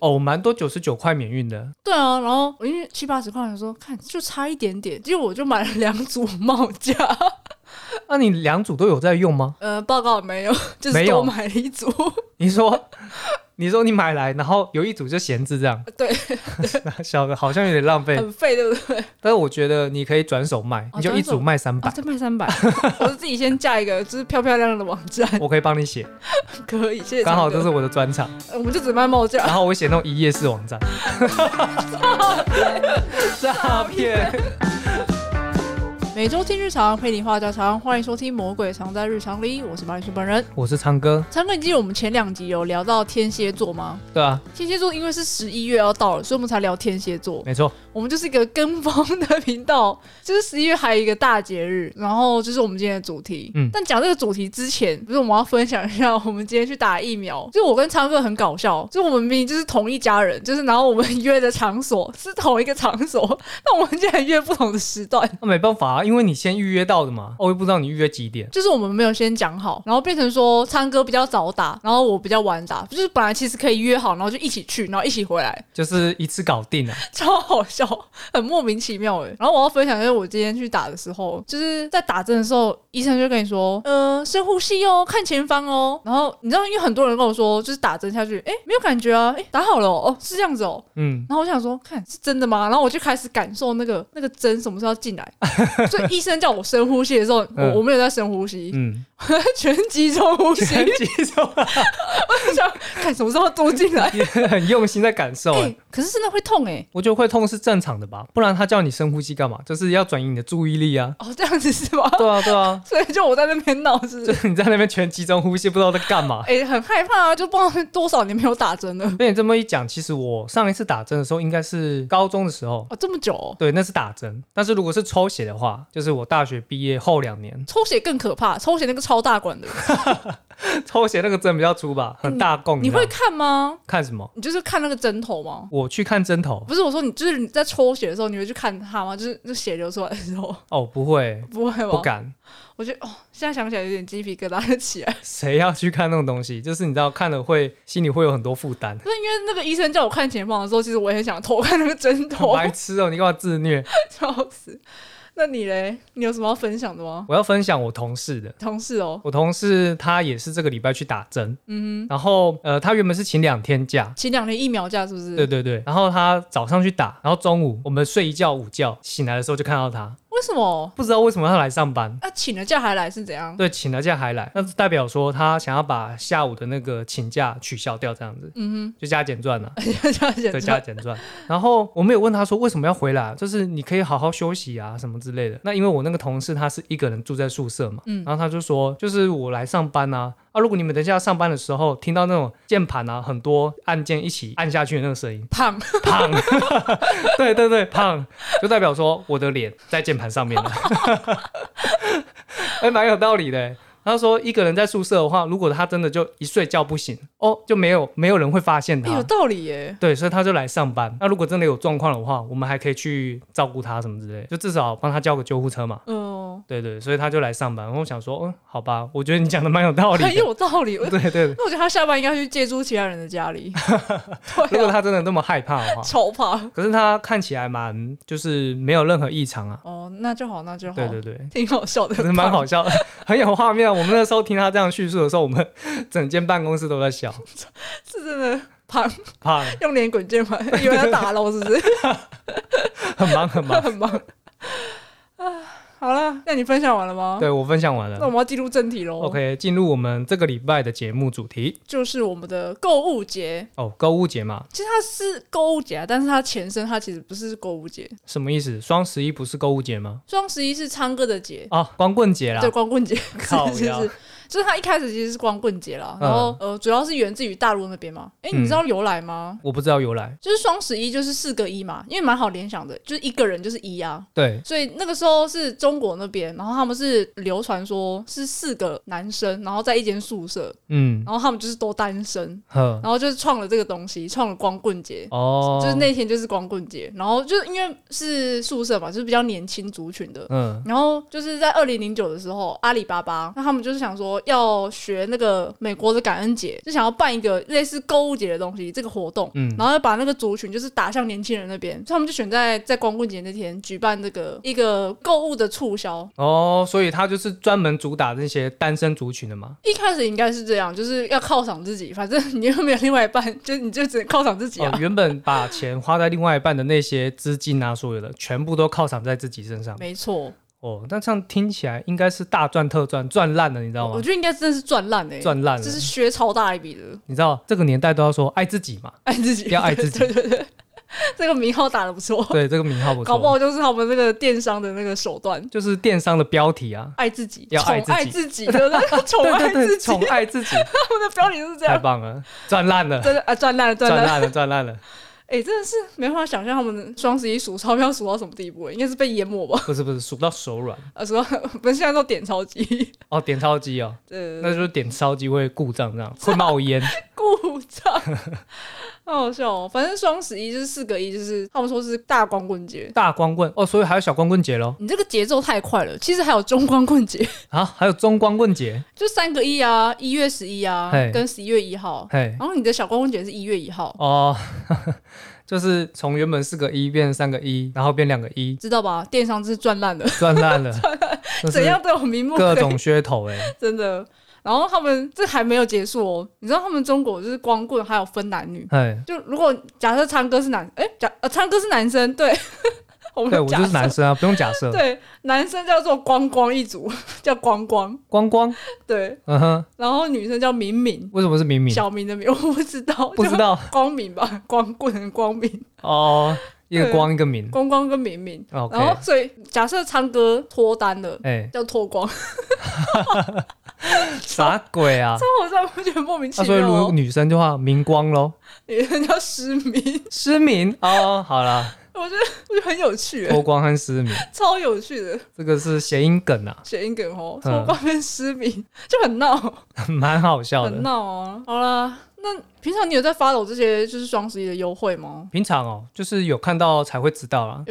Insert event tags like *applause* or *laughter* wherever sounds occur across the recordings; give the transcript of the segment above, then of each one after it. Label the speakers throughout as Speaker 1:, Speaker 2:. Speaker 1: 哦，蛮多九十九块免运的，
Speaker 2: 对啊，然后我因为七八十块，我想说看就差一点点，结果我就买了两组帽 *laughs* 架。
Speaker 1: 那、你两组都有在用吗？
Speaker 2: 呃，报告没有， *laughs* 就
Speaker 1: 没
Speaker 2: 是
Speaker 1: 有
Speaker 2: 多买了一组。
Speaker 1: 你说， *laughs* 你说你买来，然后有一组就闲置这样，
Speaker 2: 对，
Speaker 1: *laughs* 小的好像有点浪费，
Speaker 2: 很废，对不对？
Speaker 1: 但是我觉得你可以转手卖，你就一组卖三
Speaker 2: 啊，
Speaker 1: 百、
Speaker 2: 再卖三百， *laughs* 我自己先架一个，就是漂漂亮亮的网站，
Speaker 1: *laughs* 我可以帮你写，
Speaker 2: 可以。谢谢。呃
Speaker 1: 刚好这是，我的专场，
Speaker 2: 我们就只卖帽架。
Speaker 1: 然后我写那种一页式 *laughs* 网站，诈骗，
Speaker 2: 每周听日常，陪你话家常，欢迎收听《魔鬼藏在日常里》，我是马里叔本人。
Speaker 1: 我是昌哥，
Speaker 2: 昌哥，你记得我们前两集有聊到天蝎座吗？
Speaker 1: 对啊，
Speaker 2: 天蝎座因为是十一月要到了，所以我们才聊天蝎座。
Speaker 1: 没错，
Speaker 2: 我们就是一个跟风的频道， *laughs* 就是十一月还有一个大节日，然后就是我们今天的主题。
Speaker 1: 嗯
Speaker 2: 但讲这个主题之前，不是我们要分享一下我们今天去打疫苗。就我跟昌哥很搞笑，就我们明明就是同一家人，就是然后我们约的场所是同一个场所， *laughs* 但我们竟然约不同的时段。
Speaker 1: 那、没办法啊，因为你先预约到的嘛，哦我也不知道你预约几点，
Speaker 2: 就是我们没有先讲好，然后变成说昌哥比较早打，然后我比较晚打，就是本来其实可以约好，然后就一起去，然后一起回来，
Speaker 1: 就是一次搞定了、啊，
Speaker 2: *laughs* 超好笑，很莫名其妙哎。然后我要分享，就是我今天去打的时候，就是在打针的时候，医生就跟你说，呃，深呼吸哦，看前方哦。然后你知道，因为很多人跟我说，就是打针下去，哎，没有感觉啊，哎，打好了哦，哦是这样子哦。
Speaker 1: 嗯，
Speaker 2: 然后我想说，看是真的吗？然后我就开始感受那个那个针什么时候要
Speaker 1: *laughs*
Speaker 2: 进来。所以医生叫我深呼吸的时候，
Speaker 1: 嗯
Speaker 2: 我我没有在深呼吸，
Speaker 1: *laughs* 嗯，
Speaker 2: 我在全集中呼吸，
Speaker 1: *laughs* 很集中，
Speaker 2: 想看什么时候多进
Speaker 1: *laughs*
Speaker 2: 来。
Speaker 1: 你很用心在感受、
Speaker 2: 哎、
Speaker 1: 欸。
Speaker 2: 可是真的会痛哎、
Speaker 1: 我觉得会痛是正常的吧，不然他叫你深呼吸干嘛？就是要转移你的注意力啊。 *laughs*
Speaker 2: 哦，这样子是吗？
Speaker 1: 对啊，对啊，
Speaker 2: 所以就我在那边闹，是不是
Speaker 1: 就？是你在那边全集中呼吸，不知道在干嘛。
Speaker 2: 哎、很害怕啊，就不知道多少年没有打针了。
Speaker 1: 被你这么一讲，其实我上一次打针的时候应该是高中的时候，
Speaker 2: 哦，这么久哦、
Speaker 1: 对，那是打针。但是如果是抽血的话，就是我大学毕业后两年 *laughs*
Speaker 2: 抽血更可怕，抽血那个超大管的，
Speaker 1: 抽血那个针比较粗吧，很大供。
Speaker 2: 你
Speaker 1: 知道
Speaker 2: 会
Speaker 1: 吗
Speaker 2: 看吗？
Speaker 1: 看什么？
Speaker 2: 你就是看那个针头吗？
Speaker 1: 我去看针头
Speaker 2: 不是我说你，就是你在抽血的时候，你会去看它吗？就是那血流出来的时候， *laughs*
Speaker 1: 哦，不会，
Speaker 2: 不会吗？
Speaker 1: 不敢。
Speaker 2: 我觉得哦，现在想起来有点鸡皮疙瘩就
Speaker 1: *laughs*
Speaker 2: 起来。
Speaker 1: 谁要去看那种东西？就是你知道看了会心里会有很多负担。
Speaker 2: 那因为那个医生叫我看前方的时候，其实我也很想偷看那个针
Speaker 1: 好 *laughs*
Speaker 2: 头，
Speaker 1: 白痴哦，你干嘛自虐？
Speaker 2: 笑死。那你嘞，你有什么要分享的吗？
Speaker 1: 我要分享我同事的。
Speaker 2: 同事哦，
Speaker 1: 我同事他也是这个礼拜去打针，嗯，然后呃，他原本是请两天假，
Speaker 2: 请两年疫苗假是不是？
Speaker 1: 对对对，然后他早上去打，然后中午我们睡一觉午觉，醒来的时候就看到他，
Speaker 2: 为什么？
Speaker 1: 不知道为什么他来上班，
Speaker 2: 那、请了假还来是怎 *laughs* 样？
Speaker 1: 对，请了假还来，那就代表说他想要把下午的那个请假取消掉，这样子
Speaker 2: 嗯
Speaker 1: 就加减赚了。
Speaker 2: 哼，加减
Speaker 1: 对，加
Speaker 2: 赚
Speaker 1: 减赚。然后我们有问他说为什么要回来，啊就是你可以好好休息啊什么之类的。那因为我那个同事他是一个人住在宿舍嘛，
Speaker 2: 嗯
Speaker 1: 然后他就说就是我来上班啊。啊，如果你们等一下上班的时候听到那种键盘啊很多按键一起按下去的那个声音，
Speaker 2: 胖，
Speaker 1: 胖， *laughs* 对对对，胖，就代表说我的脸在键盘上面了， *laughs* 哎，蛮有道理的。他说一个人在宿舍的话，如果他真的就一睡觉不醒，哦，就没有没有人会发现
Speaker 2: 哎
Speaker 1: 他，
Speaker 2: 有道理耶。
Speaker 1: 对，所以他就来上班。那如果真的有状况的话，我们还可以去照顾他什么之类，就至少帮他叫个救护车嘛。
Speaker 2: 嗯、
Speaker 1: 对对，所以他就来上班。然后我想说，嗯，好吧，我觉得你讲的蛮有道
Speaker 2: *laughs*
Speaker 1: 理
Speaker 2: 很
Speaker 1: 的。
Speaker 2: 有道理。我
Speaker 1: *laughs* 对对对，
Speaker 2: 那我觉得他下班应该去借住其他人的
Speaker 1: *laughs*
Speaker 2: 家里，啊
Speaker 1: 如果他真的那么害怕
Speaker 2: *laughs*
Speaker 1: 的话，
Speaker 2: 超怕。
Speaker 1: 可是他看起来蛮就是没有任何异常啊。
Speaker 2: 哦，那就好，那就好，
Speaker 1: 对对对。
Speaker 2: 挺好笑的，
Speaker 1: 可是蛮好笑的，很有画面啊。我们那时候听他这样叙述的时候，我们整间办公室都在笑。
Speaker 2: 胖， *laughs* 是真的胖，
Speaker 1: 怕
Speaker 2: 用脸滚
Speaker 1: *laughs*
Speaker 2: 键盘，以为要打了，是不是？
Speaker 1: 很忙很
Speaker 2: *laughs*
Speaker 1: 忙。
Speaker 2: 很忙。啊，好了，那你分享完了吗？
Speaker 1: 对我分享完
Speaker 2: 那我
Speaker 1: 了
Speaker 2: 们要进入正题喽。
Speaker 1: ，OK，进入我们这个礼拜的节目主题
Speaker 2: 就是我们的购物节，
Speaker 1: 哦，购物节嘛，
Speaker 2: 其实它是购物节啊，但是它前身它其实不是购物节，
Speaker 1: 什么意思？双十一不是购物节吗？
Speaker 2: 双十一是昌哥的节，
Speaker 1: 哦，光棍节啦
Speaker 2: 对，。光棍节，
Speaker 1: 靠
Speaker 2: *laughs* 是是
Speaker 1: 腰
Speaker 2: 是，就是它一开始其实是光棍节啦，
Speaker 1: 嗯
Speaker 2: 然后、呃，主要是源自于大陆那边嘛。哎、你知道由来吗？
Speaker 1: 我不知道由来。
Speaker 2: 就是双十一就是四个一嘛，因为蛮好联想的，就是一个人就是一啊。
Speaker 1: 对，
Speaker 2: 所以那个时候是中国那边，然后他们是流传说是四个男生，然后在一间宿舍，
Speaker 1: 嗯，
Speaker 2: 然后他们就是都单身，
Speaker 1: 呵，
Speaker 2: 然后就是创了这个东西，创了光棍节。
Speaker 1: 哦，
Speaker 2: 就是，那天就是光棍节，然后就是因为是宿舍嘛，就是比较年轻族群的，
Speaker 1: 嗯，
Speaker 2: 然后就是在二零零九的时候，阿里巴巴，那他们就是想说，哎、说要学那个美国的感恩节，就想要办一个类似购物节的东西，这个活动，
Speaker 1: 嗯
Speaker 2: 然后要把那个族群就是打向年轻人那边，所以他们就选在在光棍节那天举办这个一个购物的促销。
Speaker 1: 哦，所以他就是专门主打这些单身族群的嘛。
Speaker 2: 一开始应该是这样，就是要犒赏自己，反正你又没有另外一半，就你就只能犒赏自己啊。
Speaker 1: 哦，原本把钱花在另外一半的那些资金啊，所有的全部都犒赏在自己身上。
Speaker 2: 没错，
Speaker 1: 哦，那这样听起来应该是大赚特赚，赚烂了，你知道
Speaker 2: 我
Speaker 1: 吗？
Speaker 2: 觉得应该真的是赚烂
Speaker 1: *laughs*
Speaker 2: 哎，
Speaker 1: 赚烂了
Speaker 2: 这，是削超大一笔的，
Speaker 1: 你知道这个年代都要说爱自己
Speaker 2: *laughs*
Speaker 1: 嘛？
Speaker 2: 爱自己，
Speaker 1: 要爱自己
Speaker 2: 对对对，这个名号打的不错，
Speaker 1: 对，这个名号不错，
Speaker 2: 搞不好就是他们这个电商的那个手段，
Speaker 1: 就是电商的标题啊。
Speaker 2: *laughs* 爱自己，
Speaker 1: 要
Speaker 2: 宠
Speaker 1: 爱自己
Speaker 2: 爱自己，对
Speaker 1: *laughs*
Speaker 2: 不对？宠
Speaker 1: 对
Speaker 2: 爱
Speaker 1: 对
Speaker 2: 自
Speaker 1: 对，
Speaker 2: 己，啊
Speaker 1: 宠爱自己，
Speaker 2: 他们的标题就是这
Speaker 1: 太
Speaker 2: 样，
Speaker 1: 棒了，赚烂了，
Speaker 2: *laughs* 真的啊，赚烂了，赚
Speaker 1: 赚
Speaker 2: 烂了，
Speaker 1: 烂了，赚烂了。
Speaker 2: 哎，真的是没办法想象他们双十一数钞票数到什么地步，应该是被淹没吧？ *laughs*
Speaker 1: 不是不是，数到手软
Speaker 2: 啊，说 *laughs* 不是现在都点钞机， *laughs*
Speaker 1: 哦，点钞机哦，
Speaker 2: 呃，
Speaker 1: 那就是点钞机会故障，这样会冒烟。
Speaker 2: 故障， *laughs* 好好笑哦。反正双十一就是四个一，就是他们说是大光棍节。
Speaker 1: 大光棍哦，所以还有小光棍节喽
Speaker 2: 你这个节奏太快了，其实还有中光棍节， *laughs*
Speaker 1: 啊，还有中光棍节，
Speaker 2: 就三个一啊，一月十一啊
Speaker 1: 嘿，
Speaker 2: 跟十一月一号。
Speaker 1: 嘿
Speaker 2: 然后你的小光棍节是一月一号，
Speaker 1: 哦， *laughs* 就是从原本四个一变成三个一，然后变两个一，
Speaker 2: 知道吧？电商真是赚烂了，
Speaker 1: 赚烂了，就
Speaker 2: 怎
Speaker 1: 是
Speaker 2: 样都有名目可以，
Speaker 1: 各种噱头哎、
Speaker 2: 真的。然后他们这还没有结束哦，你知道他们中国就是光棍还有分男女，
Speaker 1: 哎，
Speaker 2: 就如果假设昌哥是男，哎，假呃昌哥是男生，对， *laughs* 我们
Speaker 1: 对我
Speaker 2: 假
Speaker 1: 就是
Speaker 2: 设
Speaker 1: 男生啊，不用假设，
Speaker 2: *laughs* 对，男生叫做光光一族， *laughs* 叫光光，
Speaker 1: 光光，
Speaker 2: 对，
Speaker 1: 嗯哼，
Speaker 2: 然后女生叫明明，
Speaker 1: 为什么是明明？
Speaker 2: 小明的明，我不知道，
Speaker 1: 不知，道
Speaker 2: 光明吧， *laughs* 光棍光明，
Speaker 1: 哦，一个
Speaker 2: 对
Speaker 1: 光一个明
Speaker 2: 光光跟明明，
Speaker 1: ，OK，
Speaker 2: 然后所以假设昌哥脱单了，
Speaker 1: 哎，
Speaker 2: 叫脱光， *laughs*
Speaker 1: 啥鬼啊？
Speaker 2: 那我真的觉得莫名其
Speaker 1: 那啊所以
Speaker 2: 妙
Speaker 1: 如果
Speaker 2: 哦，
Speaker 1: 女生的话，明光喽，
Speaker 2: 女生叫失明， *laughs*
Speaker 1: 失明哦，好啦，
Speaker 2: 我觉得我觉得很有趣，
Speaker 1: 脱光和失明，
Speaker 2: 超有趣的
Speaker 1: 这个是谐音梗啊， *laughs*
Speaker 2: 谐音梗哦，
Speaker 1: 嗯
Speaker 2: 脱光跟失明 *laughs* 就很闹。
Speaker 1: 蛮好笑
Speaker 2: 很
Speaker 1: 的。
Speaker 2: 闹啊！好啦，那平常你有在 follow 这些就是双十一的优惠吗？
Speaker 1: 平常哦，就是有看到才会知道啦，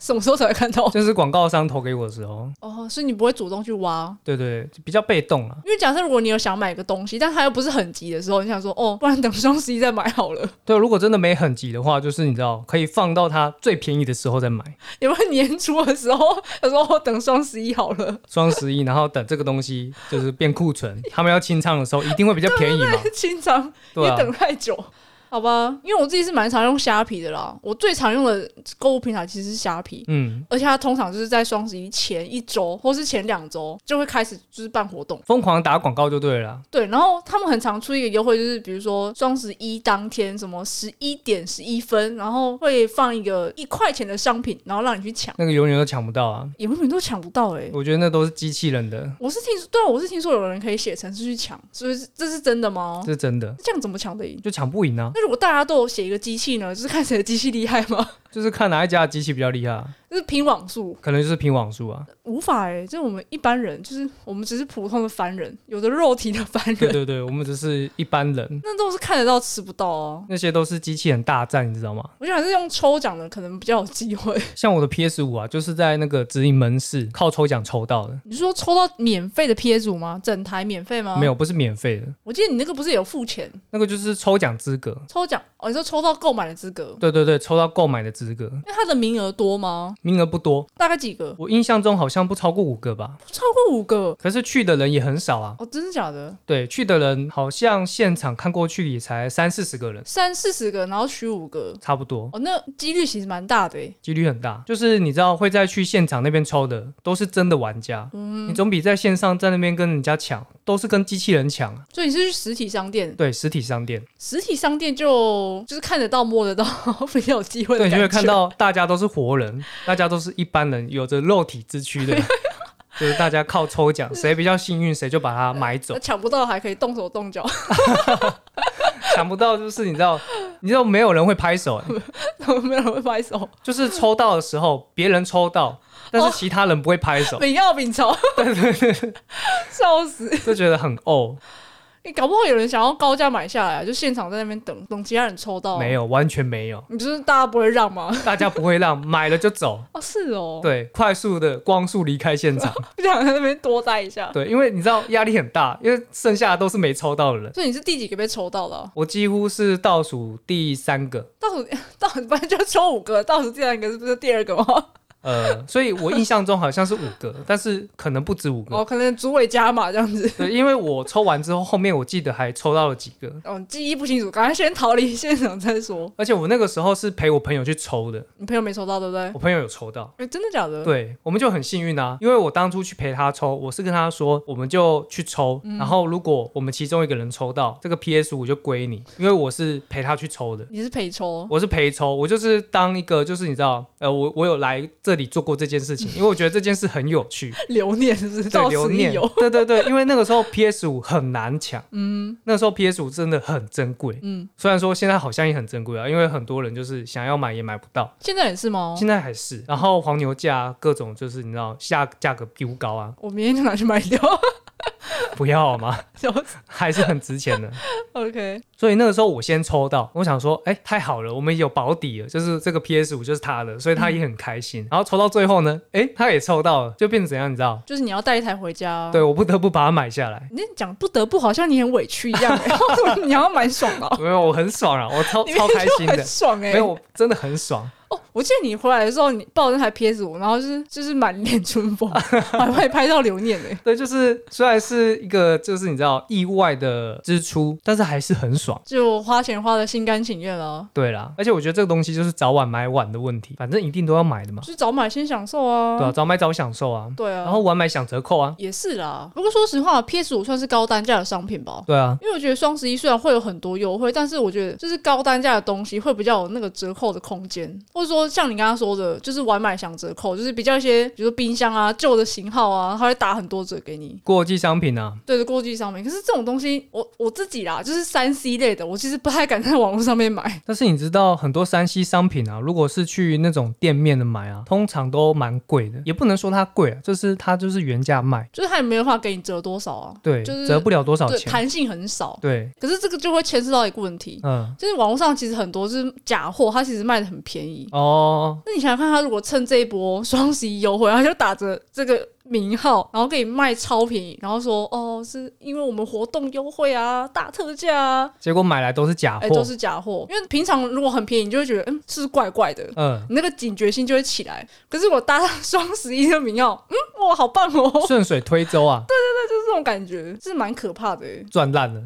Speaker 2: 什么时候才会
Speaker 1: *laughs*
Speaker 2: 看到？
Speaker 1: 就是广告商投给我的时候，
Speaker 2: 哦，所以你不会主动去挖，
Speaker 1: 对对，比较被动啊。
Speaker 2: 因为假设如果你有想买个东西，但它又不是很急的时候，你想说哦，不然等双十一再买好了， *laughs*
Speaker 1: 对，如果真的没很急的话，就是你知道可以放到它最便宜的时候再买
Speaker 2: 也会年初的时候，他说哦，等双十一好了， *laughs*
Speaker 1: 双十一，然后等这个东西就是变库存，他们要清仓的时候一定会比较便宜嘛。
Speaker 2: 清仓，
Speaker 1: 对
Speaker 2: 别
Speaker 1: 啊，
Speaker 2: 等太久。 *laughs* 好吧，因为我自己是蛮常用虾皮的啦，我最常用的购物平台其实是虾皮，
Speaker 1: 嗯，
Speaker 2: 而且它通常就是在双十一前一周或是前两周就会开始就是办活动。
Speaker 1: 疯狂打广告就对了啦。
Speaker 2: 对，然后他们很常出一个优惠，就是比如说双十一当天什么十一点十一分，然后会放一个一块钱的商品，然后让你去抢，
Speaker 1: 那个永远都抢不到啊。
Speaker 2: 也永远都抢不到哎、
Speaker 1: 我觉得那都是机器人的，
Speaker 2: 我是听说，对啊，我是听说有人可以写程式去抢，所以这是真的吗？
Speaker 1: 这是真的，
Speaker 2: 这样怎么抢得赢？
Speaker 1: 就抢不赢啊。
Speaker 2: 那如果大家都有写一个机器呢？就是看谁的机器厉害吗？
Speaker 1: 就是看哪一家的机器比较厉害啊，
Speaker 2: 就是拼网速
Speaker 1: 可能就是拼网速啊。
Speaker 2: 无法哎、就是我们一般人，就是我们只是普通的凡人，有的肉体的凡
Speaker 1: 对
Speaker 2: 人，
Speaker 1: 对对，我们只是一般人，
Speaker 2: 那都是看得到吃不到哦、
Speaker 1: 那些都是机器人大战，你知道吗？
Speaker 2: 我想还是用抽奖的，可能比较有
Speaker 1: *laughs*
Speaker 2: 机会。
Speaker 1: 像我的 PS 五啊，就是在那个直营门市靠抽奖抽到的，
Speaker 2: 你是说抽到免费的 PS 五吗？整台免费吗？
Speaker 1: 没，有，不是免费的，
Speaker 2: 我记得你那个不是有付钱
Speaker 1: 那个就是抽奖资格。
Speaker 2: 抽奖哦？你说抽到购买的资格？
Speaker 1: 对对对，抽到购买的资格，
Speaker 2: 那它的名额多吗？
Speaker 1: 名额不多，
Speaker 2: 大概几个？
Speaker 1: 我印象中好像不超过五个吧。
Speaker 2: 不超过五个
Speaker 1: 可是去的人也很少啊，
Speaker 2: 哦？真的假的？
Speaker 1: 对，去的人好像现场看过去也才三四十个人，
Speaker 2: 三四十个，然后取五个
Speaker 1: 差不多。
Speaker 2: 哦，那几率其实蛮大的欸诶。
Speaker 1: 几率很大，就是你知道会再去现场那边抽的都是真的玩家，你总比在线上在那边跟人家抢，都是跟机器人抢啊。
Speaker 2: 所以你是去实体商店，
Speaker 1: 对，实体商店，
Speaker 2: 实体商店就就是看得到、摸得到， *laughs* 比较有机会的
Speaker 1: 对，
Speaker 2: 感
Speaker 1: 你
Speaker 2: 觉。
Speaker 1: 会看到大家都是活人，大家都是一般人，有着肉体之躯的， *laughs* 就是大家靠抽奖，谁比较幸运，谁就把它买走
Speaker 2: 那，抢不到还可以动手动脚， *laughs*
Speaker 1: 抢不到就是你知道，你知道没有人会拍手、欸
Speaker 2: 没有人会拍手，
Speaker 1: 就是抽到的时候别人抽到，但是其他人
Speaker 2: 哦
Speaker 1: 不会拍手， *laughs*
Speaker 2: 饼要饼潮，对对对，笑死！
Speaker 1: 就觉得很哦。
Speaker 2: 你搞不好有人想要高价买下来，就现场在那边等等其他人抽到。啊
Speaker 1: 没，有，完全没有，
Speaker 2: 你就是大家不会让
Speaker 1: *laughs*
Speaker 2: 吗？
Speaker 1: 大家不会让买了就走，
Speaker 2: 哦，是哦，，
Speaker 1: 对，快速的光速离开现
Speaker 2: *laughs*
Speaker 1: 场，
Speaker 2: 不想在那边多待一下。
Speaker 1: 对，因为你知道压力很大，因为剩下的都是没抽到的人，
Speaker 2: 所以你是第几个被抽到的啊、
Speaker 1: 我几乎是倒数第三个，
Speaker 2: 倒数倒 *laughs* 数不然就抽五个，倒数第三个是不是第二个吗？
Speaker 1: 呃，所以我印象中好像是五个，但是可能不止五个，
Speaker 2: 哦，可能组委加码这样子。
Speaker 1: 对，因为我抽完之后，后面我记得还抽到了几个，
Speaker 2: 哦，记忆不清楚，赶快先逃离现场再说。
Speaker 1: 而且我那个时候是陪我朋友去抽的，
Speaker 2: 你朋友没抽到对不对？
Speaker 1: 我朋友有抽到。
Speaker 2: 哎，真的假的？，
Speaker 1: 对，我们就很幸运啊，因为我当初去陪他抽，我是跟他说，我们就去抽，
Speaker 2: 嗯
Speaker 1: 然后如果我们其中一个人抽到这个 PS 五就归你，因为我是陪他去抽的，
Speaker 2: 你是陪抽， *laughs*
Speaker 1: 我是陪抽，我就是当一个就是你知道，呃，我我有来这里做过这件事
Speaker 2: *laughs*
Speaker 1: 情，因为我觉得这件事很有趣，
Speaker 2: 留念是不是？
Speaker 1: 对，
Speaker 2: 到
Speaker 1: 留
Speaker 2: 此一
Speaker 1: 念
Speaker 2: 游。，
Speaker 1: *laughs* 对对对，因为那个时候 PS 五很难抢，嗯，那时候 PS 五真的很珍贵，
Speaker 2: 嗯，
Speaker 1: 虽然说现在好像也很珍贵啊，因为很多人就是想要买也买不到，
Speaker 2: 现在也是吗？
Speaker 1: 现在还是。然后黄牛价啊各种就是你知道价价格丢高啊，
Speaker 2: 我明天就拿去
Speaker 1: *laughs*
Speaker 2: 卖掉。 *laughs*
Speaker 1: 不要好吗？ *laughs*
Speaker 2: 笑死
Speaker 1: 还是很值钱的。
Speaker 2: OK，
Speaker 1: 所以那个时候我先抽到，我想说，哎、太好了，我们有保底了，就是这个 PS 五就是他的，所以他也很开心。然后抽到最后呢，哎、他也抽到了，就变成怎样，你知道？
Speaker 2: 就是你要带一台回家。
Speaker 1: 对，我不得不把它买下来。
Speaker 2: 你那讲不得不好像你很委屈一
Speaker 1: *laughs*
Speaker 2: 样、欸，为什么你要蛮爽的、
Speaker 1: 没有，我很爽啊，我超
Speaker 2: *laughs* 你
Speaker 1: 哦超开心的
Speaker 2: 很，爽
Speaker 1: 没
Speaker 2: 哎、
Speaker 1: 有，我真的很爽。
Speaker 2: 哦，我记得你回来的时候，你抱着那台 PS 五，然后就是就是满脸
Speaker 1: *laughs*
Speaker 2: 春风，还会拍到欸留念呢、
Speaker 1: 对，就是虽然是一个就是你知道意外的支出，但是还是很爽。
Speaker 2: 就花钱花的心甘情愿啊了，
Speaker 1: 对啦，而且我觉得这个东西就是早晚买晚的问题，反正一定都要买的嘛。
Speaker 2: 就是早买先享受啊。
Speaker 1: 对啊，早买早享受啊，
Speaker 2: 对啊，
Speaker 1: 然后晚买享折扣啊。
Speaker 2: 也是啦。不过说实话，PS 五算是高单价的商品吧。
Speaker 1: 对啊，
Speaker 2: 因为我觉得双十一虽然会有很多优惠，但是我觉得就是高单价的东西会比较有那个折扣的空间，或者说像你刚刚说的，啊就是晚买享折扣，就是比较一些，比如说冰箱啊、旧的型号啊，它会打很多折给你。
Speaker 1: 国际商品啊，
Speaker 2: 对着过去上面，可是这种东西，我我自己啦，就是三 C 类的，我其实不太敢在网络上面买。
Speaker 1: 但是你知道很多山西商品啊，如果是去那种店面的买啊，通常都蛮贵的，也不能说它贵啊，就是它就是原价卖，
Speaker 2: 就是它也没有办法给你折多少啊，
Speaker 1: 对，
Speaker 2: 就是
Speaker 1: 折不了多少
Speaker 2: 对，
Speaker 1: 钱。
Speaker 2: 弹性很少。
Speaker 1: 对，
Speaker 2: 可是这个就会牵涉到一个问题，
Speaker 1: 嗯，
Speaker 2: 就是网络上其实很多就是假货，它其实卖的很便宜。
Speaker 1: 哦，
Speaker 2: 那你想想看，它如果趁这一波双十一优惠，它就打着这个名号，然后给你卖超便宜，然后说哦，是因为我们活动优惠啊，大特价啊，
Speaker 1: 结果买来都是假
Speaker 2: 哎、都
Speaker 1: 啊货。
Speaker 2: 是假货。因为平常如果很便宜，你就会觉得嗯，是不是怪怪的？
Speaker 1: 嗯，
Speaker 2: 你那个警觉性就会起来。可是我搭上双十一的名号，嗯，哇，好棒哦，就
Speaker 1: 顺水推舟
Speaker 2: *laughs*
Speaker 1: 啊，
Speaker 2: 是这种感觉，是蛮可怕的 *laughs* 欸。
Speaker 1: 赚烂了，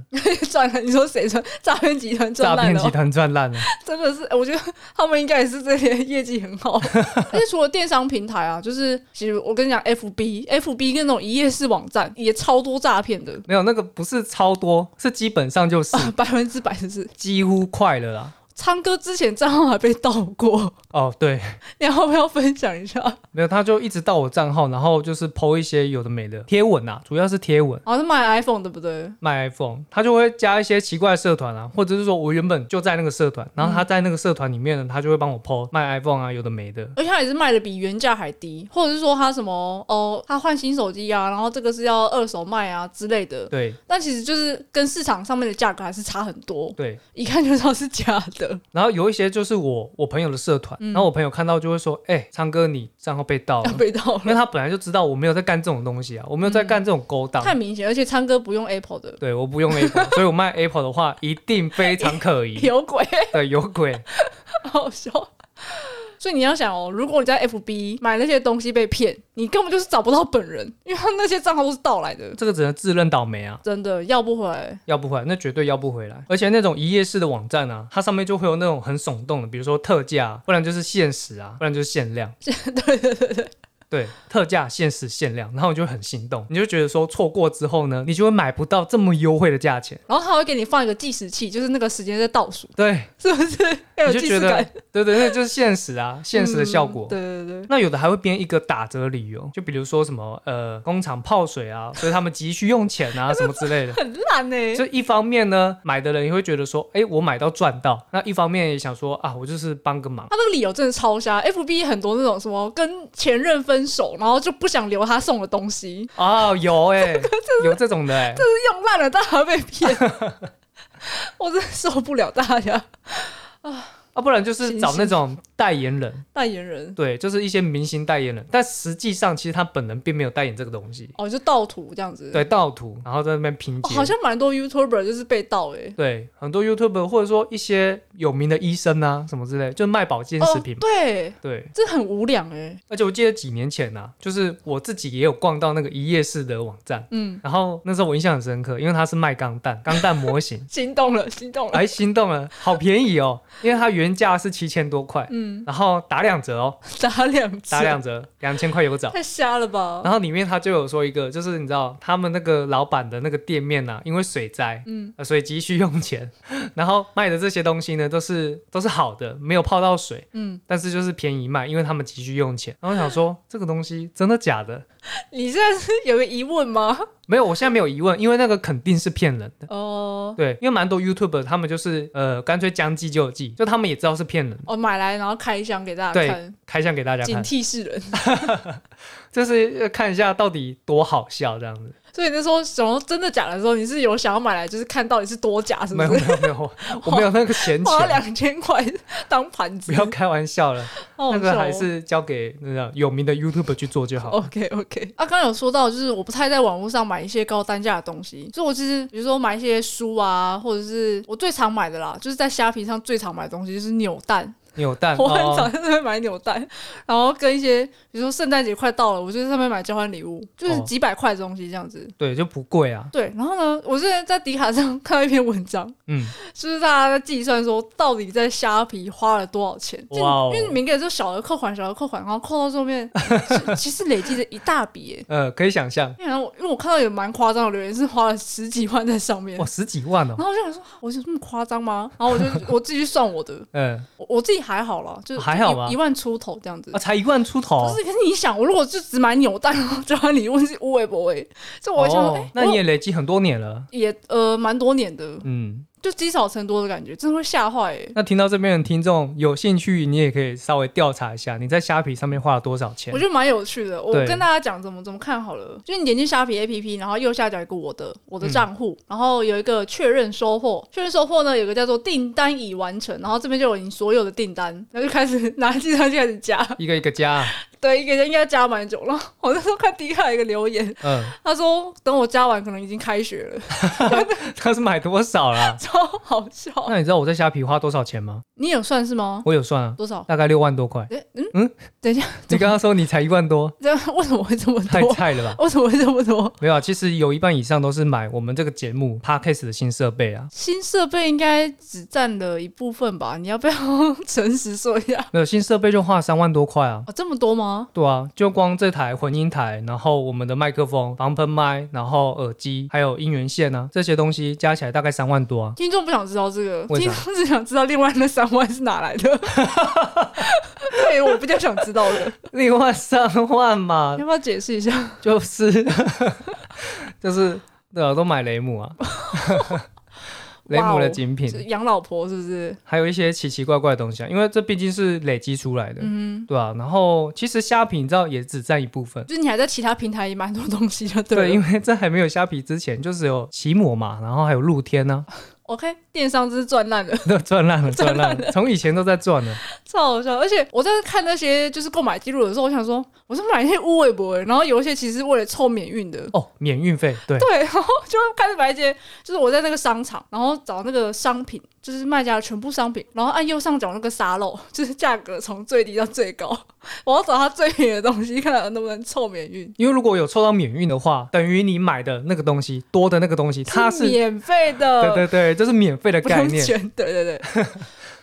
Speaker 2: 赚了，你说谁赚？诈骗集团赚
Speaker 1: 诈
Speaker 2: 烂
Speaker 1: 骗
Speaker 2: 了
Speaker 1: 集
Speaker 2: 哦，
Speaker 1: 团赚烂了。
Speaker 2: 真的是，我觉得他们应该也是这些业绩很好。 *laughs* 而且除了电商平台啊，就是其实我跟你讲，FB、FB 跟那种一页式网站也超多诈骗的，
Speaker 1: 没有，那个不是超多，是基本上就是
Speaker 2: *laughs* 百分之百是。
Speaker 1: 几乎快了啦。
Speaker 2: 昌哥之前账号还被盗过，
Speaker 1: 哦，对，
Speaker 2: 你要不要分享一下？
Speaker 1: 没有，他就一直到我账号，然后就是 PO 一些有的没的贴文啊，主要是贴文。
Speaker 2: 好哦像是卖 iPhone 对不对？
Speaker 1: 卖 iPhone，他就会加一些奇怪的社团啊，或者是说我原本就在那个社团，
Speaker 2: 嗯
Speaker 1: 然后他在那个社团里面呢，他就会帮我 PO 卖 iPhone 啊，有的没的。
Speaker 2: 而且它也是卖的比原价还低，或者是说它什么哦，他换新手机啊，然后这个是要二手卖啊之类的，
Speaker 1: 对
Speaker 2: 但其实就是跟市场上面的价格还是差很多，
Speaker 1: 对，
Speaker 2: 一看就知道是假的。
Speaker 1: 然后有一些就是我我朋友的社团，
Speaker 2: 嗯
Speaker 1: 然后我朋友看到就会说，哎、昌哥你账号被盗
Speaker 2: 要 *laughs*
Speaker 1: 了，
Speaker 2: 被盗
Speaker 1: 因为
Speaker 2: 了，
Speaker 1: 他本来就知道我没有在干这种东西啊，我没有在干这种勾当。
Speaker 2: 太明显，而且昌哥不用 Apple 的，
Speaker 1: 对，我不用 Apple，所以我卖 Apple 的话一定非常可疑。
Speaker 2: *laughs* 有鬼，
Speaker 1: 对，有鬼。
Speaker 2: 好笑。 *laughs* 所以你要想哦，如果你在 FB 买那些东西被骗，你根本就是找不到本人，因为他那些账号都是盗来的，
Speaker 1: 这个只能自认倒霉啊，
Speaker 2: 真的要不回来。
Speaker 1: 要不回来，那绝对要不回来。而且那种一页式的网站啊，它上面就会有那种很耸动的，比如说特价啊，不然就是限时啊，不然就是限量。对对对对对，特价、限时、限量，然后你就会很心动，你就觉得说错过之后呢，你就会买不到这么优惠的价钱。
Speaker 2: 然后他会给你放一个计时器，就是那个时间在倒数，
Speaker 1: 对，
Speaker 2: 是不是？要有
Speaker 1: 你就
Speaker 2: 计
Speaker 1: 觉
Speaker 2: 时
Speaker 1: 得
Speaker 2: 感。
Speaker 1: 对对，那就是限时啊，限时的效果。
Speaker 2: 嗯 *laughs* 对对对，
Speaker 1: 那有的还会编一个打折理由，就比如说什么呃工厂泡水啊，所以他们急需用钱啊什么之类的。
Speaker 2: 很烂欸呢、
Speaker 1: 就一方面呢，买的人也会觉得说，哎、我买到赚到；那一方面也想说啊，我就是帮个忙。
Speaker 2: 他那个理由真的超瞎，FB 很多那种什么跟前任分伸手，然后就不想留他送的东西，
Speaker 1: 哦，有哎、有 *laughs* 这种的哎、
Speaker 2: 就是用烂了，但还被骗， *laughs* 我真的受不了大家
Speaker 1: 啊，不然就是找那种代言人，
Speaker 2: 代言人
Speaker 1: 对，就是一些明星代言人，但实际上其实他本人并没有代言这个东西，
Speaker 2: 哦，就盗图这样子。
Speaker 1: 对，盗图，然后在那边拼
Speaker 2: 哦，
Speaker 1: 接。
Speaker 2: 好像蛮多 YouTuber 就是被盗哎、
Speaker 1: 对，很多 YouTube 或者说一些有名的医生啊，什么之类，就卖保健食
Speaker 2: 哦
Speaker 1: 品，。
Speaker 2: 对，
Speaker 1: 对，
Speaker 2: 这很无良哎、
Speaker 1: 而且我记得几年前啊，就是我自己也有逛到那个一页式的网站，
Speaker 2: 嗯，，
Speaker 1: 然后那时候我印象很深刻，因为它是卖钢弹，钢弹模型
Speaker 2: 心动了，心动了，
Speaker 1: 哎，心动了，好便宜哦，因为它原价是七千多块，
Speaker 2: 嗯，
Speaker 1: 然后打两折哦，
Speaker 2: 打两折
Speaker 1: 打两啊折，两千块有找。
Speaker 2: 太瞎了吧？
Speaker 1: 然后里面他就有说一个，就是你知道他们那个老板的那个店面啊，因为水灾，
Speaker 2: 嗯，
Speaker 1: 呃所以急需用钱，然后卖的这些东西呢，都是都是好的，没有泡到水，
Speaker 2: 嗯，
Speaker 1: 但是就是便宜卖，因为他们急需用钱。然后我想说，这个东西真的假的？
Speaker 2: 你现在是有个疑问吗？
Speaker 1: 没有，我现在没有疑问，因为那个肯定是骗人的。
Speaker 2: 哦、
Speaker 1: 对，因为蛮多 YouTube 他们就是呃，干脆将计就计，就他们也知道是骗人的，
Speaker 2: 哦，买来然后开箱给大家看，
Speaker 1: 开箱给大家
Speaker 2: 警
Speaker 1: 看，
Speaker 2: 惕世人。
Speaker 1: 就是呃看一下到底多好笑这样子。
Speaker 2: 所以那时候想说真的假的时候，你是有想要买来就是看到底是多假，是不
Speaker 1: 没有没
Speaker 2: 是？
Speaker 1: 有没有，我
Speaker 2: *laughs*
Speaker 1: 我没有那个闲
Speaker 2: 花
Speaker 1: 钱，
Speaker 2: 两千块当盘
Speaker 1: 不
Speaker 2: 子，
Speaker 1: 要开玩笑了。
Speaker 2: 好好
Speaker 1: 那个
Speaker 2: 笑哦
Speaker 1: 还是交给那个有名的 YouTube 去做就好。
Speaker 2: OK OK，啊，刚刚有说到，就是我不太在网络上买一些高单价的东西，所以我其实比如说买一些书啊，或者是我最常买的啦，就是在虾皮上最常买的东西就是扭蛋，
Speaker 1: 扭蛋，
Speaker 2: 我很
Speaker 1: 哦
Speaker 2: 常在那边买扭蛋，然后跟一些比如说圣诞节快到了，我就在上面买交换礼物，就是
Speaker 1: 哦
Speaker 2: 几百块的东西这样子。
Speaker 1: 对，就不贵啊。
Speaker 2: 对，然后呢，我之前在迪卡上 *laughs* 看到一篇文章，
Speaker 1: 嗯，
Speaker 2: 就是大家在计算说到底在虾皮花了多少钱，就
Speaker 1: 哇哦
Speaker 2: 因为你们给就小额扣款，小额扣款，然后扣到后面， *laughs* 其其实累积着一大笔、欸。
Speaker 1: 呃，可以想象，
Speaker 2: 因为我因为我看到有蛮夸张的留言，是花了十几万在上面
Speaker 1: 哇，，十几万哦。
Speaker 2: 然后我就想说，啊我有这么夸张吗？然
Speaker 1: *laughs*
Speaker 2: 后我就我自己去算我的，
Speaker 1: 嗯，
Speaker 2: 我我自己还好啦，就是
Speaker 1: 还好吗
Speaker 2: 一一万出头这样子
Speaker 1: 啊，。才一万出头
Speaker 2: 不。是，可是你想，我如果就只买扭蛋，然后交换礼物是无为不为，就我会想说，哎、
Speaker 1: 哦，那你
Speaker 2: 我
Speaker 1: 也累积很多年了。
Speaker 2: 也呃蛮多年的，
Speaker 1: 嗯，
Speaker 2: 就积少成多的感觉，真的会吓坏、
Speaker 1: *laughs*
Speaker 2: 欸。
Speaker 1: 那听到这边的听众有兴趣，你也可以稍微调查一下，你在虾皮上面花了多少钱
Speaker 2: 我？觉得蛮有趣的。我
Speaker 1: 对
Speaker 2: 跟大家讲怎么怎么看好了，就是你点进虾皮 APP，然后右下角有一个我的我的账户，然后有一个确认收货，确认收货呢有一个叫做订单已完成，然后这边就有你所有的订单，然后就开始拿计算器开始加， *laughs*
Speaker 1: 一个一个加啊。
Speaker 2: 对，一个人应该加蛮久了。我那时候看迪卡一个留言，
Speaker 1: 嗯，
Speaker 2: 他说等我加完可能已经开学了，？
Speaker 1: 他是买多少啦
Speaker 2: 超好笑。
Speaker 1: 那你知道我在虾皮花多少钱吗？
Speaker 2: 你有算是吗？
Speaker 1: 我有算啊，
Speaker 2: 多少？ *laughs*
Speaker 1: 大概六万多块。
Speaker 2: 哎、嗯，
Speaker 1: 你刚刚说你才一万
Speaker 2: *laughs*
Speaker 1: 多，
Speaker 2: 这样为什么会这么
Speaker 1: 太
Speaker 2: 多？
Speaker 1: 菜了吧？
Speaker 2: *laughs* 为什么会这么多？
Speaker 1: 没有啊，其实有一半以上都是买我们这个节目 Podcast 的新设备啊。
Speaker 2: 新设备应该只占了一部分吧？你要 *laughs* 不要诚实说一下？
Speaker 1: 没有新设备就花了三万多块啊。
Speaker 2: 哦，这么多吗？
Speaker 1: 对啊，就光这台混音台，然后我们的麦克风、防喷麦，然后耳机，还有音源线啊，这些东西加起来大概三万多啊。
Speaker 2: 听众不想知道这个，
Speaker 1: 为
Speaker 2: 听
Speaker 1: 啥
Speaker 2: 众只想知道另外那三万是哪来
Speaker 1: *laughs*
Speaker 2: 的。对，我比较想知道的，
Speaker 1: 另外三万嘛
Speaker 2: *laughs* 要，不要解释一下？
Speaker 1: 就是 *laughs* 就是对啊，都买雷姆啊，雷姆的精
Speaker 2: 是
Speaker 1: 品，
Speaker 2: 养老婆是不是？
Speaker 1: 还有一些奇奇怪怪的东西啊，因为这毕竟是累积出来的，
Speaker 2: 嗯，
Speaker 1: 对啊。然后其实虾皮你知道也只占一部
Speaker 2: *laughs*
Speaker 1: 分。
Speaker 2: 就是你还在其他平台也蛮多东西的，
Speaker 1: 对，
Speaker 2: 了
Speaker 1: 因为在还没有虾皮之前，就是有奇摩嘛，然后还有露天呢、
Speaker 2: OK，电商真是赚烂了，
Speaker 1: *laughs*
Speaker 2: *laughs*
Speaker 1: 都赚烂了，赚烂了，从以前都在赚了。
Speaker 2: 超好笑。而且我在看那些就是购买记录的时候，我想说，我是买一些乌龟博，然后有一些其实是为了凑免运的，
Speaker 1: 哦，免运费，对，
Speaker 2: 对， *laughs* 然后就开始买一些，就是我在那个商场，然后找那个商品，就是卖家的全部商品，然后按右上角那个沙漏， *laughs* 就是价格从最低到最高， *laughs* 我要找它最便宜的东西，看它能不能凑免运。
Speaker 1: 因为如果有抽到免运的话，等于你买的那个东西多的那个东西，它是
Speaker 2: 免呃费的，
Speaker 1: 对对对，这是免费的
Speaker 2: *laughs* 不
Speaker 1: 概
Speaker 2: 用
Speaker 1: 念。
Speaker 2: 钱，对对对。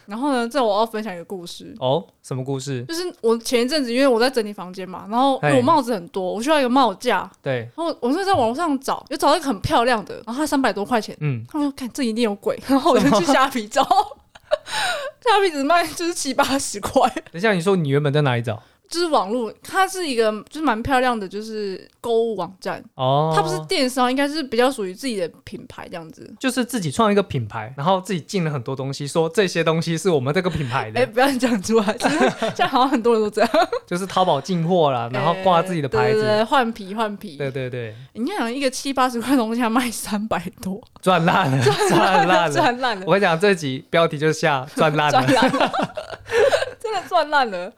Speaker 2: 然后呢，这我要分享一个故事，
Speaker 1: 哦，什么故事？
Speaker 2: 就是我前一阵子因为我在整理房间嘛，然后因
Speaker 1: 嘿
Speaker 2: 为我帽子很多，我需要一个帽架，
Speaker 1: 对，
Speaker 2: 然后我就在网络上找，有找到一个很漂亮的，然后它三百多块钱，
Speaker 1: 嗯，
Speaker 2: 他们说：“看，这一定有鬼。” *laughs* 然后我就去虾皮 *laughs* 找，虾皮只卖就是七八十块，
Speaker 1: 等一下你说你原本在哪里找？
Speaker 2: *laughs* 就是网络，它是一个就是蛮漂亮的，就是购物网站。
Speaker 1: 哦，
Speaker 2: 它不是电商，应该是比较属于自己的品牌这样子。
Speaker 1: 就是自己创一个品牌，然后自己进了很多东西，说这些东西是我们这个品牌
Speaker 2: 哎、
Speaker 1: 的，
Speaker 2: 不要讲出来， *laughs* 就是现在好像很多人都这 *laughs* 样。
Speaker 1: 就是淘宝进货啦，然后挂自己的牌
Speaker 2: 对对
Speaker 1: 子，
Speaker 2: 对换皮换皮。
Speaker 1: 哎对对对，
Speaker 2: 你看，一个七八十块的东西，它卖三百多，
Speaker 1: 赚烂 *laughs* 了，赚烂了。
Speaker 2: 赚烂了
Speaker 1: 我，跟你讲，这集标题就是下赚烂
Speaker 2: 赚
Speaker 1: 了，
Speaker 2: 烂了， *laughs* 真的赚烂了。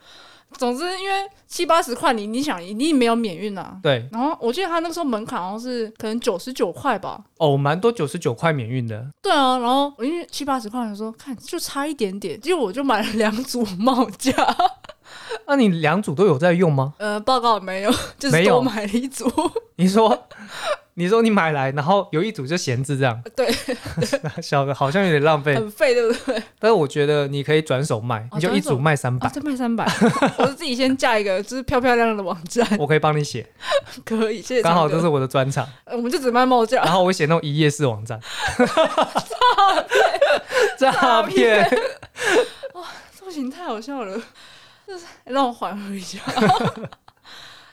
Speaker 2: 总之，因为七八十块，你你想，你没有免运啊。
Speaker 1: 对
Speaker 2: 然后我记得他那个时候门槛好像是可能九十九块吧，
Speaker 1: 哦，蛮多九十九块免运的，
Speaker 2: 对啊，然后我因为七八十块，我想说看就差一点点，结果我就买了两组帽
Speaker 1: *laughs*
Speaker 2: 架，
Speaker 1: 那啊你两组都有在用吗？
Speaker 2: 呃，报告没有，就
Speaker 1: 没
Speaker 2: 是
Speaker 1: 有
Speaker 2: 多买了一组，
Speaker 1: 你说，你说你买来，然后有一组就闲置这样， *laughs*
Speaker 2: 对，
Speaker 1: 小的好像有点浪费，
Speaker 2: 很费，对不对？
Speaker 1: 但是我觉得你可以转手卖，你就一组卖三 *laughs*
Speaker 2: 啊，
Speaker 1: 百，
Speaker 2: 再
Speaker 1: *laughs*
Speaker 2: 卖三百，我自己先架一个就是漂漂亮亮的网站，
Speaker 1: 我可以帮你
Speaker 2: *laughs*
Speaker 1: 写，
Speaker 2: 可以，谢谢。呃
Speaker 1: 刚好这是，啊我的专场，
Speaker 2: 我们就只卖帽架，
Speaker 1: 然后我写那种一页式网站， *laughs* 诈骗，
Speaker 2: 不行，太好笑了，就是哎让我缓和一下。 *laughs*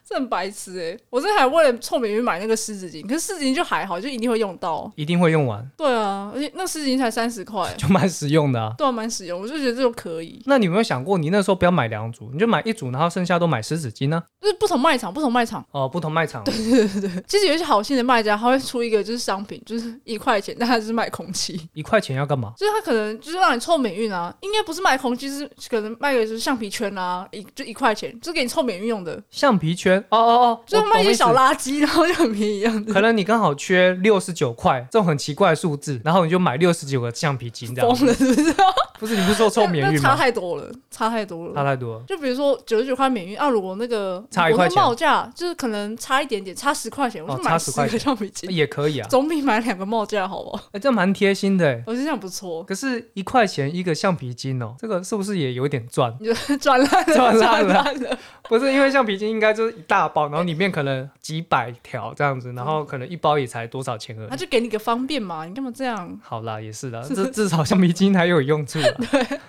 Speaker 2: 这很白痴哎、我这还为了臭美云买那个湿纸巾，可是湿纸巾就还好，就一定会用到。
Speaker 1: 一定会用完，
Speaker 2: 对啊，而且那湿纸巾才三十块，
Speaker 1: 就蛮实用的啊。
Speaker 2: 对啊，蛮实用，我就觉得这种可以。
Speaker 1: 那你有没有想过，你那时候不要买两组，你就买一组，然后剩下都买湿纸巾呢、
Speaker 2: 就是不同卖场，不同卖场，
Speaker 1: 哦，不同卖场，
Speaker 2: 其实有一些好心的卖家，他会出一个就是商品，就是一块钱，但他就是卖空气，
Speaker 1: 一块钱要干嘛？
Speaker 2: 就是他可能就是让你凑免运啊，应该不是卖空气，是可能卖个就是橡皮圈啊，一就一块钱，就是给你凑免运用的，
Speaker 1: 橡皮圈，哦哦哦，
Speaker 2: 就是
Speaker 1: 我
Speaker 2: 卖一些
Speaker 1: 懂意思
Speaker 2: 小垃圾，然后就很便宜一样的，
Speaker 1: 可能你刚好缺六十九块这种很奇怪的数字，然后你就买六十九个橡皮筋这样。
Speaker 2: 疯了是不是？
Speaker 1: 不是你不是说哦 *laughs* 凑免
Speaker 2: *laughs* 那
Speaker 1: 运
Speaker 2: 差
Speaker 1: 吗？
Speaker 2: 太多了，差太多
Speaker 1: 差
Speaker 2: 了。
Speaker 1: 太多了。
Speaker 2: 就比如说九十九块免运啊，如果那个
Speaker 1: 差一
Speaker 2: 我
Speaker 1: 块
Speaker 2: 那
Speaker 1: 钱
Speaker 2: 帽架就是可能差一点点，差十块钱，我
Speaker 1: 哦
Speaker 2: 就
Speaker 1: 差
Speaker 2: 买
Speaker 1: 10
Speaker 2: 十
Speaker 1: 块
Speaker 2: 个
Speaker 1: 钱
Speaker 2: 橡皮筋，
Speaker 1: 也可以啊，
Speaker 2: 总比买两个帽架好吧？
Speaker 1: 哎、这蛮贴心的欸。
Speaker 2: *laughs* 我觉得这样不错，
Speaker 1: 可是，一块钱一个橡皮筋哦，这个是不是也有点赚？ *laughs*
Speaker 2: 你就 *laughs* 赚烂了，
Speaker 1: 赚烂了
Speaker 2: 烂了。
Speaker 1: 不是，因为橡皮筋应该就是一大包，然后里面可能几百条这样子，然后可能一包也才多少钱而
Speaker 2: 他
Speaker 1: 已。
Speaker 2: 就给你个方便嘛，你干嘛这样？
Speaker 1: 好啦，也是啦，至至少橡皮筋还有用处
Speaker 2: *laughs*
Speaker 1: 啦。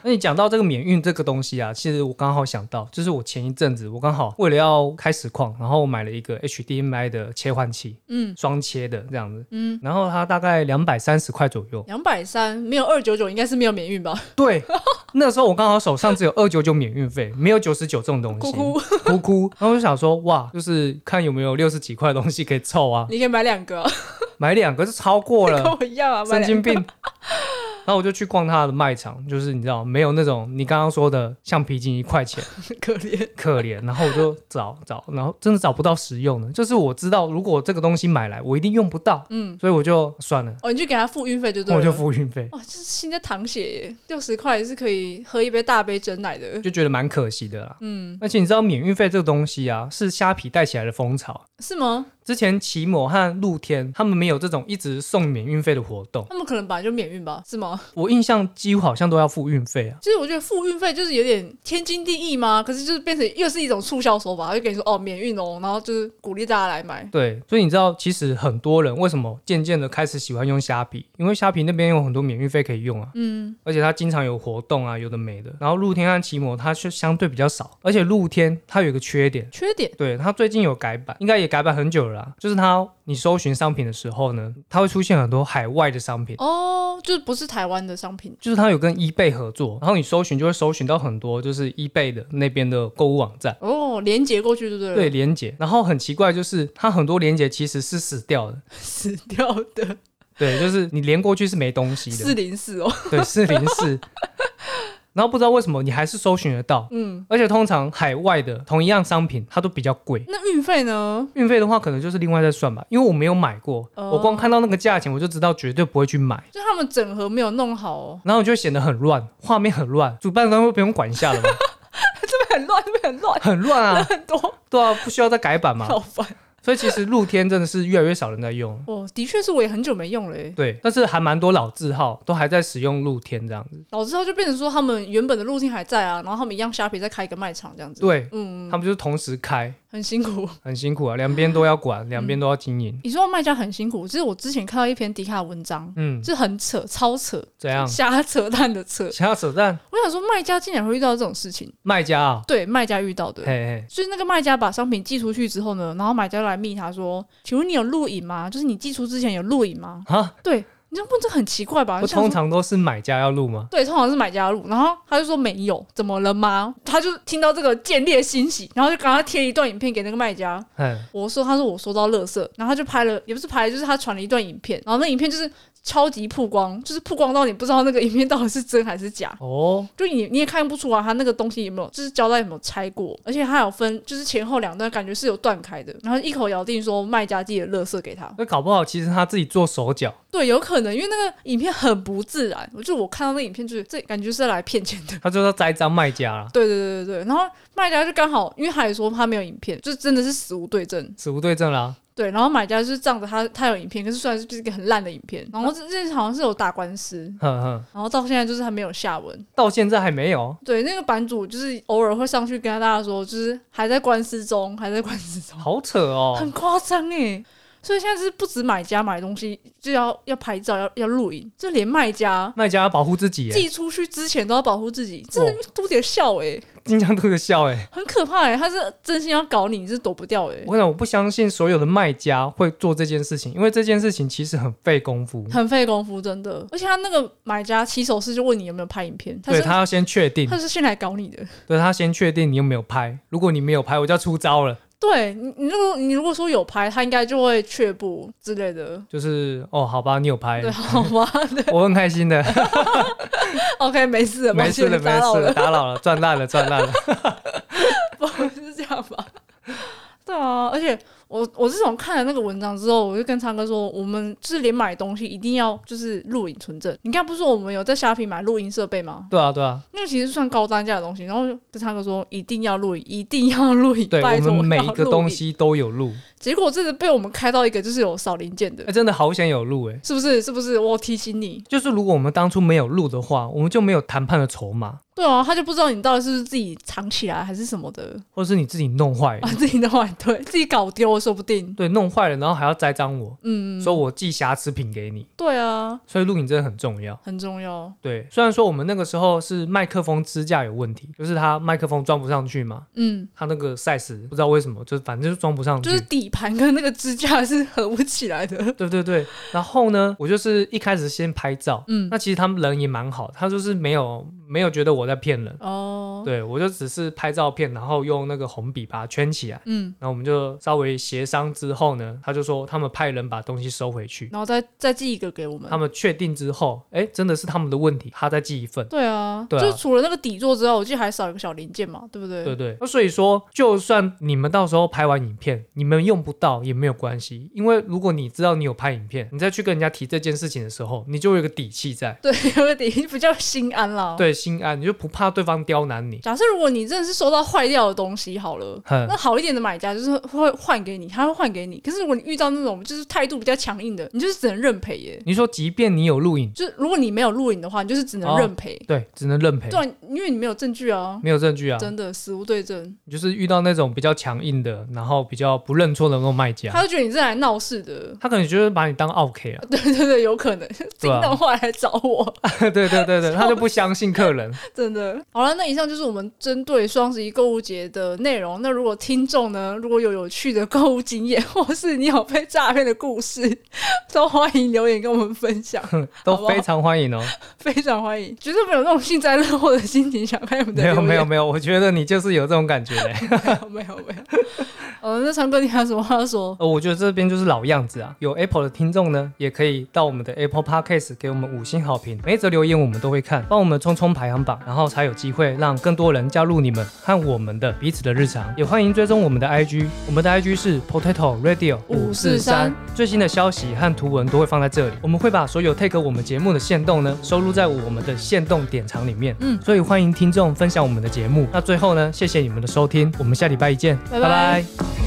Speaker 1: 那你讲到这个免运这个东西啊，其实我刚好想到，就是我前一阵子我刚好为了要开实况，然后我买了一个 HDMI 的切换器，
Speaker 2: 嗯
Speaker 1: 双切的这样子，
Speaker 2: 嗯，
Speaker 1: 然后它大概两百三十块左右。
Speaker 2: 两百三没有二九九，应该是没有免运吧？
Speaker 1: 对，那时候我刚好手上只有二九九免运费，没有九十九这种东西，
Speaker 2: 姑姑，
Speaker 1: 哭哭。然后我就想说，哇，就是看有没有六十几块的东西可以凑啊，
Speaker 2: 你可以买两个啊，
Speaker 1: 买两个就超过
Speaker 2: *laughs* 跟
Speaker 1: 了，
Speaker 2: 我一样啊，买
Speaker 1: 神
Speaker 2: 两
Speaker 1: 经
Speaker 2: 个。
Speaker 1: 病。然后我就去逛他的卖场，就是你知道没有那种你刚刚说的橡皮筋一块钱，
Speaker 2: 可怜。
Speaker 1: 可怜。然后我就找找，然后真的找不到实用的，就是我知道如果这个东西买来我一定用不到，
Speaker 2: 嗯，
Speaker 1: 所以我就算了，
Speaker 2: 哦，你就给他付运费就对了。
Speaker 1: 我就付运费，
Speaker 2: 哇，这是现在淌血耶，六十块是可以喝一杯大杯真奶的。
Speaker 1: 就觉得蛮可惜的啦。
Speaker 2: 嗯，
Speaker 1: 而且你知道免运费这个东西啊，是虾皮带起来的风潮。
Speaker 2: 是吗？
Speaker 1: 之前奇摩和露天他们没有这种一直送免运费的活动，
Speaker 2: 他们可能本来就免运吧？是吗？
Speaker 1: 我印象几乎好像都要付运费啊。
Speaker 2: 其实我觉得付运费就是有点天经地义嘛，可是就是变成又是一种促销手法，就跟你说哦免运哦，然后就是鼓励大家来买。
Speaker 1: 对，所以你知道，其实很多人为什么渐渐的开始喜欢用虾皮，因为虾皮那边有很多免运费可以用啊，
Speaker 2: 嗯，
Speaker 1: 而且它经常有活动啊，有的没的。然后露天和奇摩它却相对比较少，而且露天它有一个缺点，
Speaker 2: 缺点
Speaker 1: 对它最近有改版，应该也改版很久了啦，就是它你搜寻商品的时候呢，它会出现很多海外的商品。
Speaker 2: 哦，就是不是台湾的商品。
Speaker 1: 就是它有跟 eBay 合作，然后你搜寻就会搜寻到很多就是 eBay 的那边的购物网站，
Speaker 2: 哦，连接过去就对了，
Speaker 1: 对连接。然后很奇怪就是它很多连接其实是死掉的，
Speaker 2: 死掉的
Speaker 1: 对，就是你连过去是没东西
Speaker 2: 四
Speaker 1: 的，
Speaker 2: 零四哦，
Speaker 1: 对，是零四。然后不知道为什么你还是搜寻得到，
Speaker 2: 嗯，
Speaker 1: 而且通常海外的同一样商品它都比较贵。
Speaker 2: 那运费呢？
Speaker 1: 运费的话，可能就是另外再算吧，因为我没有买过，
Speaker 2: 哦
Speaker 1: 我光看到那个价钱，我就知道绝对不会去买，
Speaker 2: 就他们整合没有弄好哦，
Speaker 1: 然后就显得很乱，画面很乱，主办方会不用管一下了
Speaker 2: *laughs*
Speaker 1: 吗？
Speaker 2: 这边很 *laughs* 乱，这边很乱，
Speaker 1: 很乱啊，
Speaker 2: 很多，
Speaker 1: 对啊，不需要再改版嘛。
Speaker 2: 好烦。
Speaker 1: 所以其实露天真的是越来越少人在用，
Speaker 2: 哦，的确是，我也很久没用了耶。欸
Speaker 1: 对，但是还蛮多老字号都还在使用露天这样子，
Speaker 2: 老之后就变成说，他们原本的路径还在啊，然后他们一样虾皮再开一个卖场这样子。，
Speaker 1: 对，
Speaker 2: 嗯，
Speaker 1: 他们就是同时开，
Speaker 2: 很辛苦。
Speaker 1: 很辛苦啊，两边都要
Speaker 2: *laughs*
Speaker 1: 管，两边都要经营。
Speaker 2: 你说卖家很辛苦，就是我之前看到一篇迪卡的文章，
Speaker 1: 嗯，
Speaker 2: 就是很扯，超扯，
Speaker 1: 怎样？
Speaker 2: 瞎扯淡的扯。
Speaker 1: 想要扯淡，
Speaker 2: 我想说，卖家竟然会遇到这种事情，
Speaker 1: 卖家啊，
Speaker 2: 对，卖家遇到
Speaker 1: 嘿
Speaker 2: 的。
Speaker 1: 嘿，
Speaker 2: 就是那个卖家把商品寄出去之后呢，然后买家来密他说：“请问你有录影吗？就是你寄出之前有录影吗
Speaker 1: 啊，？”
Speaker 2: 对，你这问这很奇怪吧？
Speaker 1: 不
Speaker 2: 像
Speaker 1: 通
Speaker 2: 说
Speaker 1: 常都是买家要录吗？
Speaker 2: 对，通常是买家录，然后他就说没有，怎么了吗？他就听到这个见猎欣喜，然后就赶快贴一段影片给那个卖家。
Speaker 1: 嗯，
Speaker 2: 我说他说我收到垃圾，然后他就拍了，也不是拍，就是他传了一段影片，然后那影片就是超级曝光，就是曝光到你不知道那个影片到底是真还是假。
Speaker 1: 哦，
Speaker 2: 就你你也看不出来他那个东西有没有，就是胶带有没有拆过，而且它有分，就是前后两段感觉是有断开的，然后一口咬定说卖家寄的垃圾给他。
Speaker 1: 那搞不好其实他自己做手脚，
Speaker 2: 对，有可能，因为那个影片很不自然，我就我看到那影片就是这感觉是来骗钱的。
Speaker 1: 他就是要栽赃卖家啦，
Speaker 2: 对对对对对，然后卖家就刚好，因为他也说他没有影片，就真的是死无对证。
Speaker 1: 死无对证啦。
Speaker 2: 对，然后买家就是仗着他他有影片，可是虽然是就是一个很烂的影片，然后这这好像是有打官司，
Speaker 1: 哼哼，
Speaker 2: 然后到现在就是还没有下文。
Speaker 1: 到现在还没有，
Speaker 2: 对，那个版主就是偶尔会上去跟大家说，就是还在官司中，还在官司中，
Speaker 1: 好扯哦。
Speaker 2: 很夸张哎。所以现在就是不止买家买东西就要要拍照，要要录影，就连卖家
Speaker 1: 卖家要保护自己耶，
Speaker 2: 寄出去之前都要保护自己，真的
Speaker 1: 哇
Speaker 2: 都得笑哎、
Speaker 1: 经常都有笑哎。
Speaker 2: 很可怕哎、他是真心要搞你，你是躲不掉哎、
Speaker 1: 我想我不相信所有的卖家会做这件事情，因为这件事情其实很费功夫。
Speaker 2: 很费功夫，真的。而且他那个买家起手式就问你有没有拍影片，他
Speaker 1: 对
Speaker 2: 是
Speaker 1: 他要先确定，
Speaker 2: 他是先来搞你的。
Speaker 1: 对他先确定你有没有拍。如果你没有拍，我就要出招了。
Speaker 2: 对你，你如果你如果说有拍，他应该就会却步之类的。
Speaker 1: 就是哦，好吧，你有拍
Speaker 2: 对，，好吧，对
Speaker 1: 我很开心的，
Speaker 2: ，OK，没事了，
Speaker 1: 没事
Speaker 2: 了，
Speaker 1: 了，没事
Speaker 2: 了， *laughs*
Speaker 1: 了，打扰了，赚烂了，赚烂了。
Speaker 2: 不好意思是这样吧？对啊，而且我我自从看了那个文章之后，我就跟昌哥说，我们就是连买东西一定要就是录影存证。你刚才不是说我们有在虾皮买录音设备吗？
Speaker 1: 对啊，对啊，
Speaker 2: 那个其实算高单价的东西，然后我就跟昌哥说一定要录影，一定要录影，
Speaker 1: 对
Speaker 2: 拜托
Speaker 1: 我们每一
Speaker 2: 要
Speaker 1: 个
Speaker 2: 录
Speaker 1: 东
Speaker 2: 影
Speaker 1: 西都有录，
Speaker 2: 结果真的被我们开到一个就是有少零件的
Speaker 1: 哎、，真的好险有录哎、
Speaker 2: 是不是？是不是？我提醒你，
Speaker 1: 就是如果我们当初没有录的话，我们就没有谈判的筹码，
Speaker 2: 对啊，他就不知道你到底是不是自己藏起来还是什么的，
Speaker 1: 或者是你自己弄坏了
Speaker 2: *laughs* 啊，，自己的坏对，自己搞丢了说不定。
Speaker 1: 对，弄坏了，然后还要栽赃我，
Speaker 2: 嗯，
Speaker 1: 说我寄瑕疵品给你，
Speaker 2: 对啊，
Speaker 1: 所以录影真的很重要。
Speaker 2: 很重要。
Speaker 1: 对，虽然说我们那个时候是麦克风支架有问题，就是它麦克风装不上去嘛，
Speaker 2: 嗯，
Speaker 1: 它那个 size 不知道为什么，就是反正就是装不上去。
Speaker 2: 就是底盘跟那个支架是合不起来的。
Speaker 1: 对对对，然后呢，我就是一开始先拍照，
Speaker 2: 嗯，
Speaker 1: 那其实他们人也蛮好，他就是没有没有觉得我在骗人，
Speaker 2: 哦，
Speaker 1: 对我就只是拍照片，然后用那个红笔把它圈起来。
Speaker 2: 嗯，
Speaker 1: 然后我们就稍微协商之后呢，他就说他们派人把东西收回去，
Speaker 2: 然后再再寄一个给我们
Speaker 1: 他。们确定之后，哎，真的是他们的问题，他再寄一份。
Speaker 2: 对啊，
Speaker 1: 对啊
Speaker 2: 就除了那个底座之外，我记得还少一个小零件嘛，对不对？
Speaker 1: 对对，那所以说，就算你们到时候拍完影片，你们用不到也没有关系，因为如果你知道你有拍影片，你再去跟人家提这件事情的时候，你就有一个底气在，
Speaker 2: 对，有个底比较心安啦。，
Speaker 1: 对，心安，你就不怕对方刁难你。
Speaker 2: 假设如果你真的是收到坏掉的东西，好了。
Speaker 1: 哼
Speaker 2: 那，好一点的买家就是会换给你，他会换给你。可是如果你遇到那种就是态度比较强硬的，你就是只能认赔耶。
Speaker 1: 你说即便你有录影，
Speaker 2: 就是如果你没有录影的话，你就是只能认赔。
Speaker 1: 对，只能认赔，
Speaker 2: 哦对、啊，因为你没有证据啊，
Speaker 1: 没有证据啊，
Speaker 2: 真的死无对证。
Speaker 1: 你就是遇到那种比较强硬的，然后比较不认错的那种卖家，
Speaker 2: 他就觉得你是来闹事的。 *laughs*
Speaker 1: 他可能就是把你当 OK 啊， *laughs*
Speaker 2: 对对对，有可能。叮当后来来找我， *laughs*
Speaker 1: 对对对对，他就不相信客人。
Speaker 2: 真的。好了，那以上就是我们针对双十一购物节的内容。那如果听众呢，如果有有趣的购物经验，或是你有被诈骗的故事， *laughs* 都欢迎留言跟我们分享。好不
Speaker 1: 都
Speaker 2: 好
Speaker 1: 非常欢迎哦。
Speaker 2: 非常欢迎，绝对没有那种幸灾乐祸的心情想看你们的
Speaker 1: 没有
Speaker 2: 留言
Speaker 1: 没有没有，我觉得你就是有这种感觉嘞。
Speaker 2: *laughs* 没有没有没有。呃，那长哥，你还有什么话要说？
Speaker 1: 呃，我觉得这边就是老样子啊。有 Apple 的听众呢，也可以到我们的 Apple Podcast 给我们五星好评，每一则留言我们都会看，帮我们冲冲排行榜，然后才有机会让更多人加入你们和我们的彼此的日常。也欢迎追踪我们的 IG，我们的 IG 是 Potato Radio
Speaker 2: 543，
Speaker 1: 最新的消息和图文都会放在这里。我们会把所有 take 我们节目的线动呢，收录在我们的线动典藏里面。
Speaker 2: 嗯
Speaker 1: 所以欢迎听众分享我们的节目。那最后呢，谢谢你们的收听，我们下礼拜一见，
Speaker 2: 拜拜
Speaker 1: 拜拜